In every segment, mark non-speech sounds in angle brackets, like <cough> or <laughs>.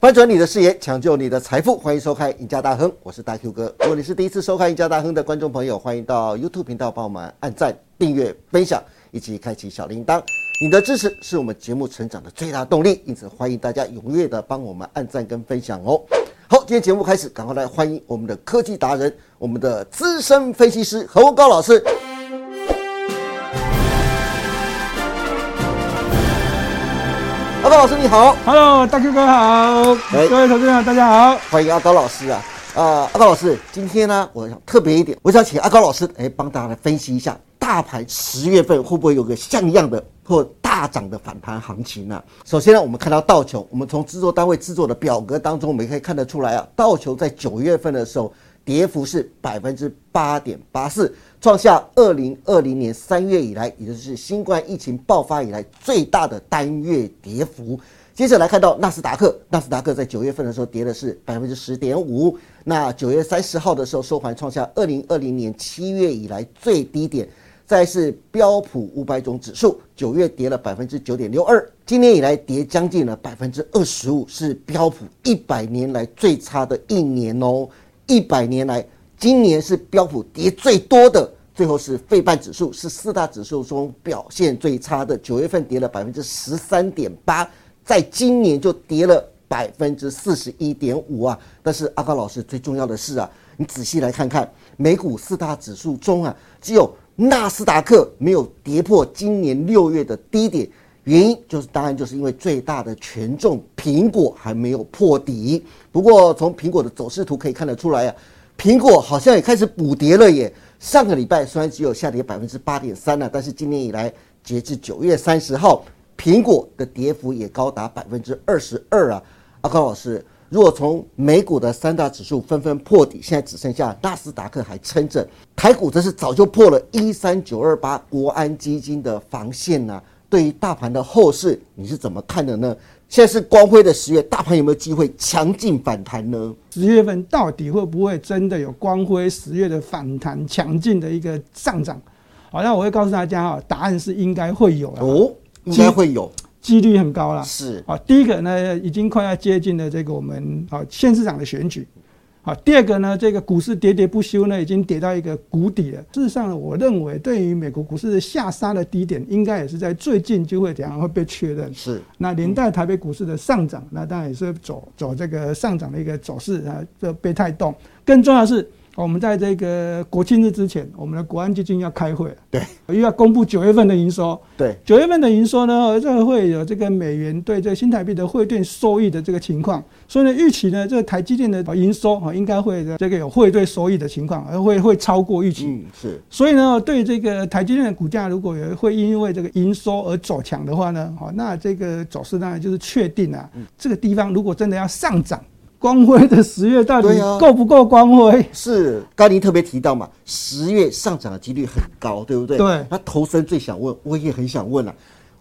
翻转你的视野，抢救你的财富，欢迎收看《赢家大亨》，我是大 Q 哥。如果你是第一次收看《赢家大亨》的观众朋友，欢迎到 YouTube 频道帮我们按赞、订阅、分享，以及开启小铃铛。你的支持是我们节目成长的最大动力，因此欢迎大家踊跃的帮我们按赞跟分享哦。好，今天节目开始，赶快来欢迎我们的科技达人，我们的资深分析师何文高老师。阿高老师你好。 Hello，大 Q 哥好，哎各位投资者大家好。欢迎阿高老师啊！啊、阿高老师，今天呢，我想特别一点，我想请阿高老师哎帮大家来分析一下大盘十月份会不会有个像样的或大涨的反弹行情呢、首先呢，我们看到道琼，我们从制作单位制作的表格当中，我们可以看得出来啊，道琼在九月份的时候跌幅是百分之八点八四，创下二零二零年三月以来，也就是新冠疫情爆发以来最大的单月跌幅。接着来看到纳斯达克，纳斯达克在九月份的时候跌的是百分之十点五，那九月三十号的时候收盘创下二零二零年七月以来最低点。再是标普五百种指数，九月跌了百分之九点六二，今年以来跌将近了百分之二十五，是标普一百年来最差的一年哦。一百年来，今年是标普跌最多的，最后是费半指数，是四大指数中表现最差的，九月份跌了百分之十三点八，在今年就跌了。百分之四十一点五啊！但是阿高老师最重要的是啊，你仔细来看看美股四大指数中啊，只有纳斯达克没有跌破今年六月的低点，原因就是当然就是因为最大的权重苹果还没有破底。不过从苹果的走势图可以看得出来啊，苹果好像也开始补跌了耶。上个礼拜虽然只有下跌百分之八点三了，啊但是今年以来截至九月三十号，苹果的跌幅也高达百分之二十二啊。阿高老师，如果从美股的三大指数纷纷破底，现在只剩下纳斯达克还撑着，台股则是早就破了一三九二八国安基金的防线啊呐、对于大盘的后市，你是怎么看的呢？现在是光辉的十月，大盘有没有机会强劲反弹呢？十月份到底会不会真的有光辉十月的反弹强劲的一个上涨？好，那我会告诉大家啊，答案是应该会有了，哦，应该会有，几率很高啦。是好，第一个呢，已经快要接近了这个我们啊县市长的选举。好，第二个呢，这个股市喋喋不休呢，已经跌到一个谷底了。事实上呢，我认为对于美国股市的下杀的低点，应该也是在最近就会怎样会被确认。是，那连带台北股市的上涨，那当然也是走走这个上涨的一个走势啊，这被带动。更重要的是，我们在这个国庆日之前，我们的国安基金要开会了，对又要公布九月份的营收。对，九月份的营收呢，这会有这个美元对这个新台币的汇兑收益的这个情况，所以呢，预期呢，这个台积电的营收啊，应该会这个有汇兑收益的情况，而会会超过预期。嗯，是所以呢，对这个台积电的股价，如果有会因为这个营收而走强的话呢，好，那这个走势当然就是确定啊。嗯这个地方如果真的要上涨，光辉的十月到底对啊够不够光辉？是。刚您特别提到嘛，十月上涨的几率很高，对不对？对那投生最想问，我也很想问啊，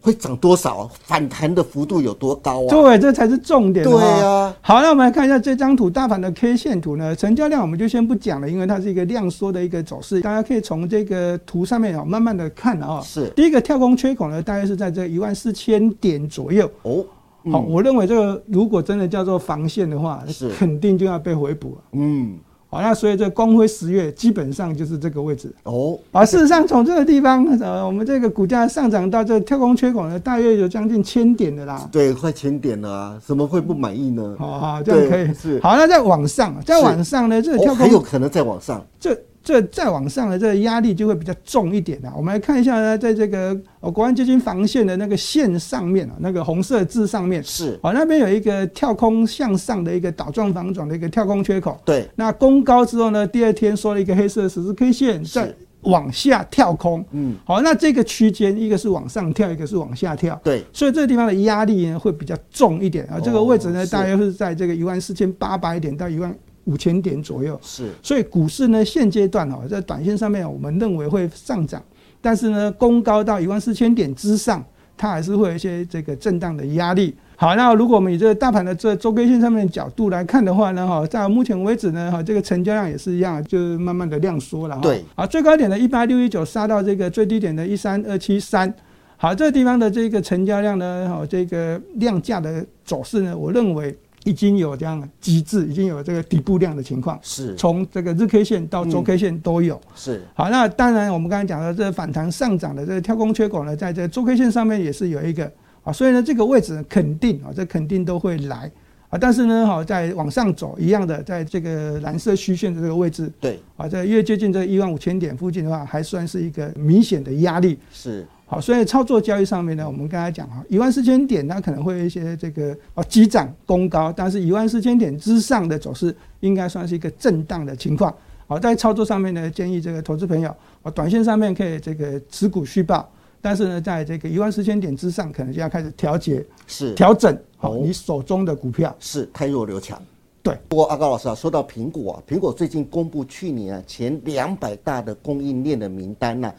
会涨多少？反弹的幅度有多高啊？对，这才是重点。对哦啊好，那我们来看一下这张图，大盘的 K 线图呢，成交量我们就先不讲了，因为它是一个量缩的一个走势，大家可以从这个图上面啊、慢慢的看啊、是第一个跳空缺口呢，大概是在这一万四千点左右。哦，好、我认为这个如果真的叫做防线的话是，肯定就要被回补了。嗯，好，那所以这光辉十月基本上就是这个位置。哦，啊，事实上从这个地方，呃，我们这个股价上涨到这个跳空缺口呢，大约有将近千点的啦。对，快千点了啊，怎么会不满意呢？好好，这样可对以。是好，那再往上，再往上呢，这个哦，跳还有空，可能再往上，这这再往上呢，这个压力就会比较重一点啦。我们来看一下呢，在这个呃国安基金防线的那个线上面啊，那个红色字上面，是好、哦那边有一个跳空向上的一个倒状反转的一个跳空缺口。对，那攻高之后呢，第二天收了一个黑色的十字 K 线，是再往下跳空。嗯，好，那这个区间一个是往上跳，一个是往下跳。对，所以这个地方的压力呢会比较重一点啊，这个位置哦呢是大约是在这个一万四千八百点到一万五千点左右。是所以股市呢，现阶段哦，在短线上面，我们认为会上涨，但是呢，攻高到一万四千点之上，它还是会有一些这个震荡的压力。好，那如果我们以这个大盘的这周 K 线上面的角度来看的话呢，哈，到目前为止呢，哈，这个成交量也是一样，就是慢慢的量缩了。哈对，啊，最高点的一八六一九杀到这个最低点的一三二七三。好，这个地方的这个成交量呢，哈，这个量价的走势呢，我认为已经有这样极致，已经有这个底部量的情况，是从这个日 K 线到周 K 线都有。是好，那当然我们刚才讲的这反弹上涨的这个跳空缺口呢，在这个周 K 线上面也是有一个啊，所以呢这个位置肯定啊，这肯定都会来啊，但是呢好在往上走一样的，在这个蓝色虚线的这个位置对啊，在越接近这一万五千点附近的话，还算是一个明显的压力。是好，所以操作交易上面呢，我们刚才讲啊哈，一万四千点它可能会有一些这个哦急涨攻高，但是一万四千点之上的走势应该算是一个震荡的情况。好，在操作上面呢，建议这个投资朋友，哦，短线上面可以这个持股续报，但是呢，在这个一万四千点之上，可能就要开始调节是调整好哦你手中的股票。是太弱留强。对，不过阿高老师啊，说到苹果啊，苹果最近公布去年啊前两百大的供应链的名单呐、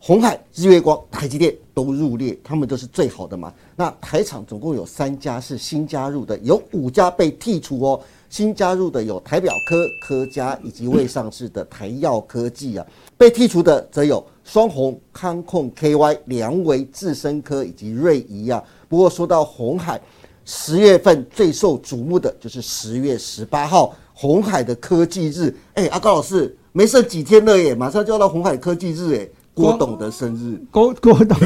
红海、日月光、台积电都入列，他们都是最好的嘛。那台厂总共有三家是新加入的，有五家被剔除哦。新加入的有台表科、科嘉以及未上市的台药科技啊，被剔除的则有双红、康控 KY、良维、智深科以及瑞仪啊。不过说到红海，十月份最受瞩目的就是十月十八号红海的科技日。哎，阿高老师，没剩几天了耶，马上就要到红海科技日哎，郭董的生日， <laughs> 郭郭董，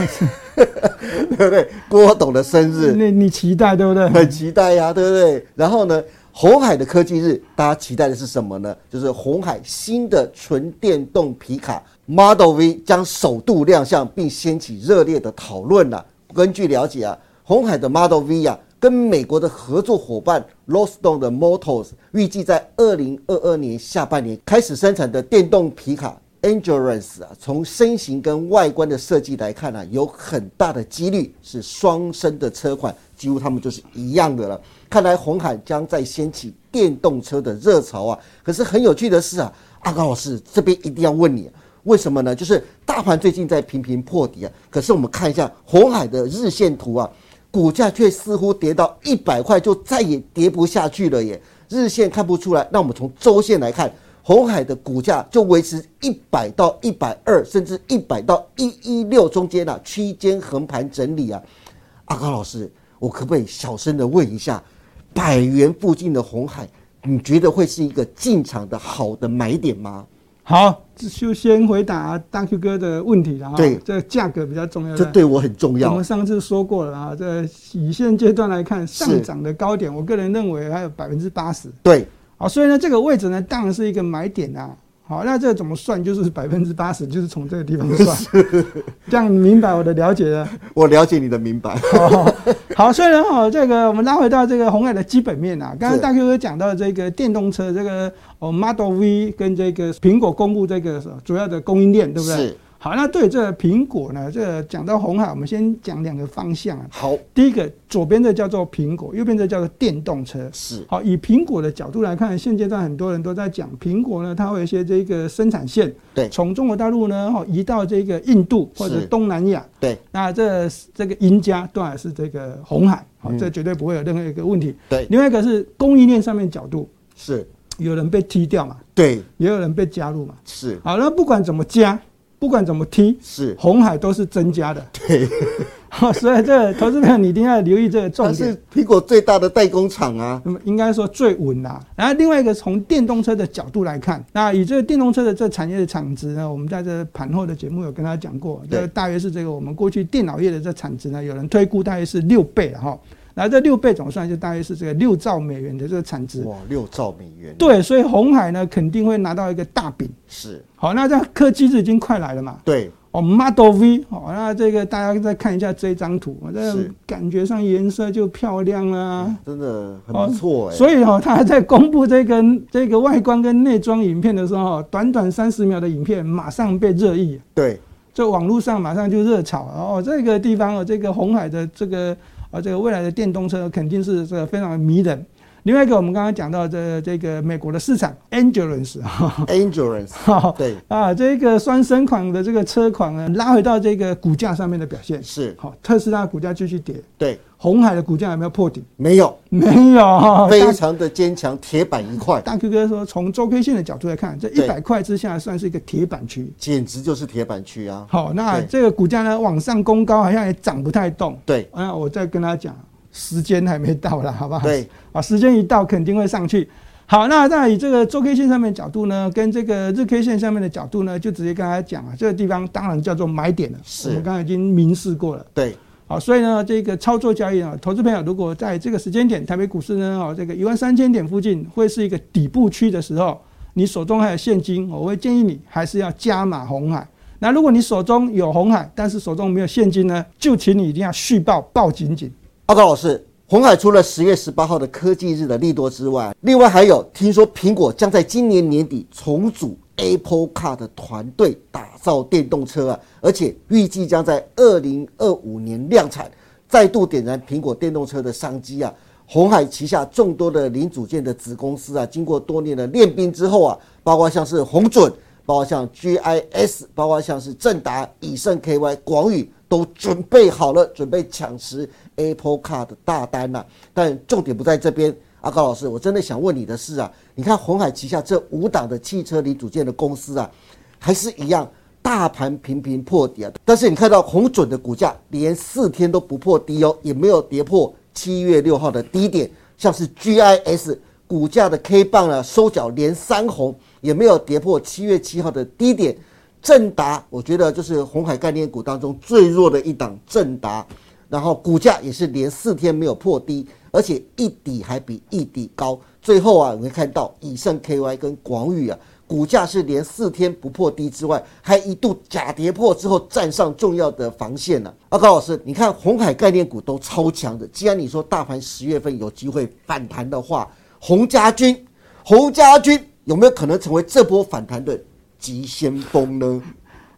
对不对？郭董的生日，你你期待对不对？很期待呀、对不对？然后呢，红海的科技日，大家期待的是什么呢？就是红海新的纯电动皮卡 Model V 将首度亮相，并掀起热烈的讨论了、根据了解啊，红海的 Model V 啊，跟美国的合作伙伴 Lordstone 的 Motors 预计在二零二二年下半年开始生产的电动皮卡 Endurance 啊，从身形跟外观的设计来看啊，有很大的几率是双生的车款，几乎它们就是一样的了。看来红海将在掀起电动车的热潮啊。可是很有趣的是啊，阿高老师这边一定要问你、为什么呢？就是大盘最近在频频破底啊，可是我们看一下红海的日线图啊，股价却似乎跌到一百块就再也跌不下去了耶。日线看不出来，那我们从周线来看，红海的股价就维持一百到一百二，甚至一百到一一六中间啊，区间横盘整理啊。阿高老师，我可不可以小声的问一下，百元附近的红海，你觉得会是一个进场的好的买点吗？好，就先回答大 Q 哥的问题了哈。对这个价格比较重要。这对不对对我很重我要们。上次说过了啊，这以现阶段来看，是上涨的高点，我个人认为还有百分之八十。对，好，所以呢，这个位置呢，当然是一个买点啊。好，那这怎么算？就是百分之八十，就是从这个地方算。这样你明白我的了解了。我了解你的明白。哦，好，所以呢，哦，这个我们拉回到这个红海的基本面啊。刚才是大 Q 哥讲到这个电动车，这个哦 Model V 跟这个苹果公布这个主要的供应链，对不对？是好，那对这个苹果呢，这个讲到红海，我们先讲两个方向啊。好，第一个，左边这叫做苹果，右边这叫做电动车。是好，以苹果的角度来看，现阶段很多人都在讲苹果呢，它会有一些这个生产线，对从中国大陆呢，哦，移到这个印度或者是东南亚。对那这这个赢家当然是这个红海，好，嗯这绝对不会有任何一个问题。对另外一个是供应链上面角度，是，有人被踢掉嘛，对也有人被加入嘛。是好，那不管怎么加，不管怎么踢，是，红海都是增加的。 <laughs> <laughs> 对，好，所以这个投资朋友你一定要留意这个重它点是。苹果最大的代工厂啊。那么应该说最稳啦、然后另外一个从电动车的角度来看，那以这个电动车的这产业的产值呢，我们在这盘后的节目有跟大家讲过，对这大约是这个我们过去电脑业的这产值呢，有人推估大约是六倍了哈。然后这六倍总算就大约是这个六兆美元的这个产值。哇，六兆美元。，对，所以红海呢肯定会拿到一个大饼。是，好，那这科技日已经快来了嘛，对，哦，Model V，哦，那这个大家再看一下这张图，哦这是感觉上颜色就漂亮啦、真的很不错哎。所以啊哦， <laughs> 他在公布这个这个外观跟内装影片的时候，哦短短三十秒的影片马上被热议， <laughs> 对，这网络上马上就热炒了哦。这个地方哦，这个红海的这个啊、这个未来的电动车肯定是这个非常迷人。另外一个，我们刚刚讲到这这个美国的市场 a n g e l a n c e 哈、 a n g e l a n c 哈对，啊，这个双升款的这个车款呢，拉回到这个股价上面的表现。是，好、特斯拉股价继续跌，对，红海的股价有没有破底？没有，没有，非常的坚强，铁板一块，大 Q 哥说，从周 K 线的角度来看，这一对百块之下算是一个铁板区。简直就是铁板区啊。好，那对这个股价呢往上攻高，好像也涨不太动。啊对，那我再跟他讲，时间还没到啦，好不好？对，啊，时间一到肯定会上去。好，那在以这个周 K 线上面的角度呢，跟这个日 K 线上面的角度呢，就直接跟大家讲啊，这个地方当然叫做买点了，是我们刚才已经明示过了。对，好，所以呢，这个操作交易啊，投资朋友如果在这个时间点，台北股市呢，哦，这个一万三千点附近会是一个底部区的时候，你手中还有现金，我会建议你还是要加码红海。那如果你手中有红海，但是手中没有现金呢，就请你一定要续报抱紧 <laughs> 紧。阿高老师，红海除了十月十八号的科技日的利多之外，另外还有听说苹果将在今年年底重组 Apple Car 的团队，打造电动车啊，而且预计将在二零二五年量产，再度点燃苹果电动车的商机啊。红海旗下众多的零组件的子公司啊，经过多年的练兵之后啊，包括像是红准，包括像 GIS，包括像是正达、以盛 KY、广宇都准备好了，准备抢食 Apple Car 的大单了、但重点不在这边，阿高老师，我真的想问你的是啊，你看红海旗下这五档的汽车零组件的公司啊，还是一样。大盘频频破底啊，但是你看到红准的股价连四天都不破低哦，也没有跌破七月六号的低点，像是 GIS 股价的 K 棒呢收脚连三红，也没有跌破七月七号的低点。正达，我觉得就是红海概念股当中最弱的一档正达，然后股价也是连四天没有破低，而且一底还比一底高。最后啊，我们会看到以盛 KY 跟广宇啊，股价是连四天不破低之外，还一度假跌破之后站上重要的防线了、啊。高老师，你看红海概念股都超强的，既然你说大盘十月份有机会反弹的话，洪家军，洪家军有没有可能成为这波反弹的急先锋呢？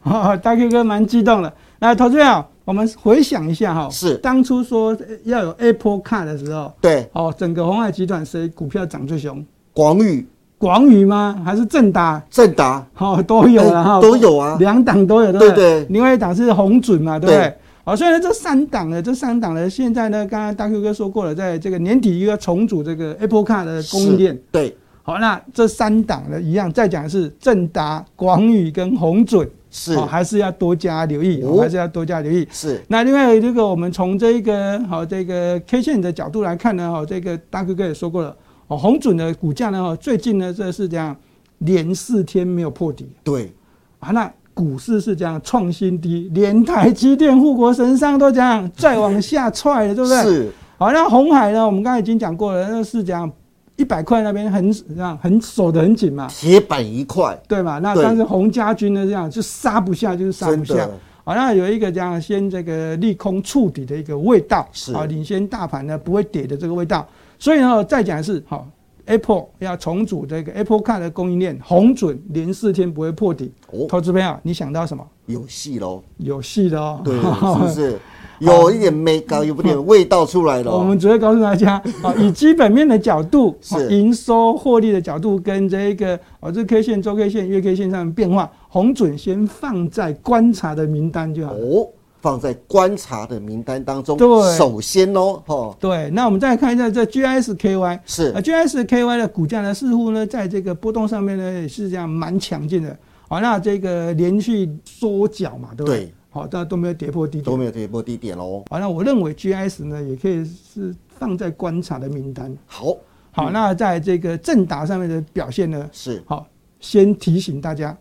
哦，大 Q 哥蛮激动的。那投资朋友，我们回想一下哈、是当初说呃要有 Apple Car 的时候，对，哦，整个红海集团谁股票涨最凶？广宇、广宇吗？还是正达？正达 <laughs> 哦，都有了哈、哎都有啊，两档都有，对不对对另外一档是红准嘛，对不对对？好，所以呢，这三档呢，这三档呢，现在呢，刚刚大 Q 哥说过了，在这个年底又要重组这个 Apple Car 的呃供应链是。，对，好，那这三档呢，一样再讲的是正达、广宇跟红准，是哦，还是要多加留意，哦哦还是要多加留意。是，那另外这个，我们从这个好、这个 K 线的角度来看呢，哈、这个大哥哥也说过了，哦，红准的股价呢，哦，最近呢这是这样，连四天没有破底对，啊，那股市是这样创新低，连台积电、护国神商都这样再往下踹了，对不对？。是，好，那红海呢，我们刚才已经讲过了，那是讲一百块那边很这样很守得很紧嘛，铁板一块，对嘛？那对但是洪家军呢，这样就杀不下，就是杀不真下的。好，那有一个这样先这个利空触底的一个味道，是啊，领先大盘呢不会跌的这个味道。所以呢，再讲一次，好、a p p l e 要重组这个 Apple Car 的供应链，红准连四天不会破底。哦投资朋友，你想到什么？有戏喽，有戏的哦， <laughs> <laughs> 对，是不是？有一点美感，有一点味道出来了我哦。们只会告诉大家，啊，以基本面的角度，是啊营收获利的角度，跟这一个哦，这 K 线、周 K 线、月 K 线上的变化，红准先放在观察的名单就好了。哦，放在观察的名单当中对，首先哦，哦，对，那我们再来看一下这 GSKY，是啊，GSKY 的股价呢，似乎呢在这个波动上面呢也是这样蛮强劲的。好、那这个连续缩脚嘛，对不对对？好、但都没有跌破低都点。没有跌破低点哦喽。好，那我认为 GS 呢也可以是放在观察的名单。好，好，嗯那在这个正达上面的表现呢，是好，先提醒大家，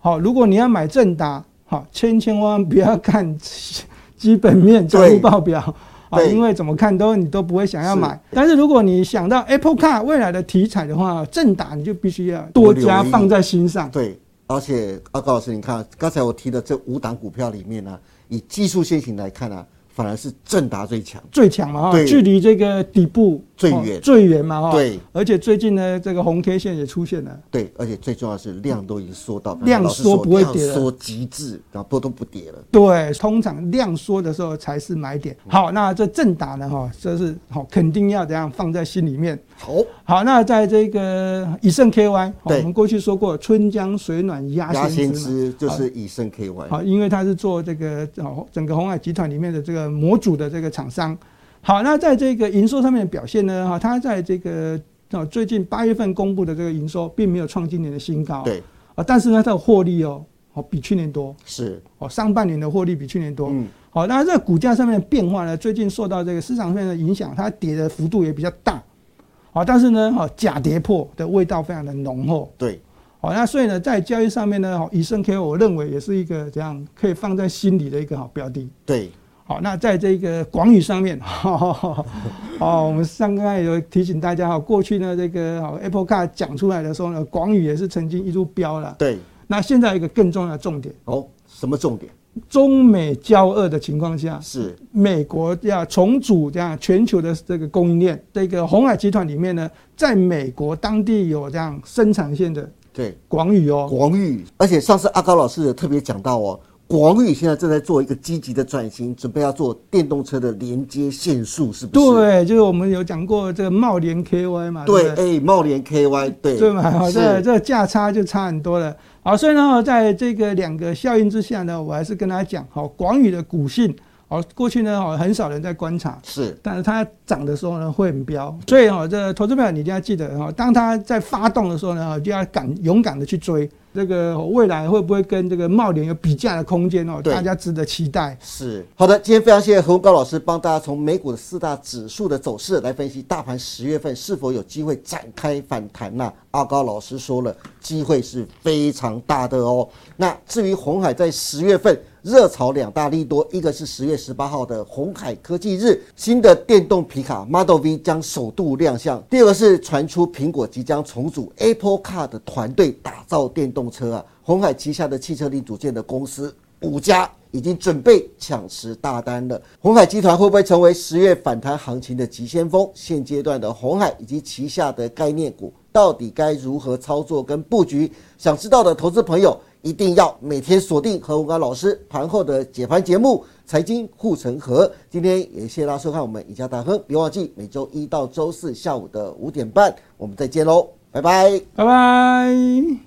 好，如果你要买正达，好，千千万万不要看基本面财务对报表。啊，对因为怎么看都你都不会想要买是，但是如果你想到 Apple Car 未来的题材的话，正达你就必须要多加留意放在心上。对。而且阿高老师，你看刚才我提的这五档股票里面呢、啊以技术先行来看呢、反而是正达最强。最强嘛哈，对距离这个底部最哦远最远嘛哈。对，而且最近呢，这个红 K 线也出现了。对，而且最重要的是量都已经缩到量老师缩说不会量跌了缩极致，然后波都不跌了。对，通常量缩的时候才是买点。嗯好，那这正打呢？哈，这是好，肯定要怎样放在心里面。好，好，那在这个以盛 KY，好对我们过去说过，春江水暖鸭压先先知嘛知就是以盛 KY。好，因为它是做这个哦，整个红海集团里面的这个模组的这个厂商。好，那在这个营收上面的表现呢？哈，它在这个哦最近八月份公布的这个营收，并没有创今年的新高。对，啊，但是呢，它的获利哦，哦比去年多，是哦上半年的获利比去年多。嗯好，那这股价上面的变化呢，最近受到这个市场上面的影响，它跌的幅度也比较大。好，但是呢，哈假跌破的味道非常的浓厚。对，好，那所以呢，在交易上面呢，哈以盛 K 我认为也是一个怎样可以放在心里的一个好标的。对，好，那在这个广宇上面， <laughs> 哦，我们上刚刚有提醒大家哈，过去呢这个哦 Apple Car 讲出来的时候呢，广宇也是曾经一路飙了。对，那现在有一个更重要的重点，哦，什么重点？中美交恶的情况下，是美国要重组这样全球的这个供应链，这个红海集团里面呢，在美国当地有这样生产线的对广宇哦，广宇，而且上次阿高老师也特别讲到哦，广宇现在正在做一个积极的转型，准备要做电动车的连接线束，是不是？对，就是我们有讲过这个茂联 KY 嘛，不对，哎，茂联 KY，对，对嘛？这是，这价差就差很多了。好，所以呢，在这个两个效应之下呢，我还是跟大家讲，好，广宇的股性，好，过去呢，好很少人在观察，是，但是它涨的时候呢，会很飙。所以哦，这个投资票你一定要记得哦，当它在发动的时候呢，哦就要敢勇敢的去追。这个哦未来会不会跟这个茂联有比价的空间哦？对大家值得期待。是好的，今天非常谢谢何文高老师帮大家从美股的四大指数的走势来分析大盘十月份是否有机会展开反弹呐、阿高老师说了，机会是非常大的哦。那至于红海在十月份热炒两大利多，一个是十月十八号的红海科技日，新的电动皮卡 Model V 将首度亮相；第二个是传出苹果即将重组 Apple Car 的团队打造电动车啊，红海旗下的汽车零组件的公司五家已经准备抢食大单了。红海集团会不会成为十月反弹行情的急先锋？现阶段的红海以及旗下的概念股到底该如何操作跟布局？想知道的投资朋友一定要每天锁定何文刚老师盘后的解盘节目《财经护城河》。今天也谢谢大家收看我们赢家大亨，别忘记每周一到周四下午的五点半，我们再见喽，拜拜。拜拜。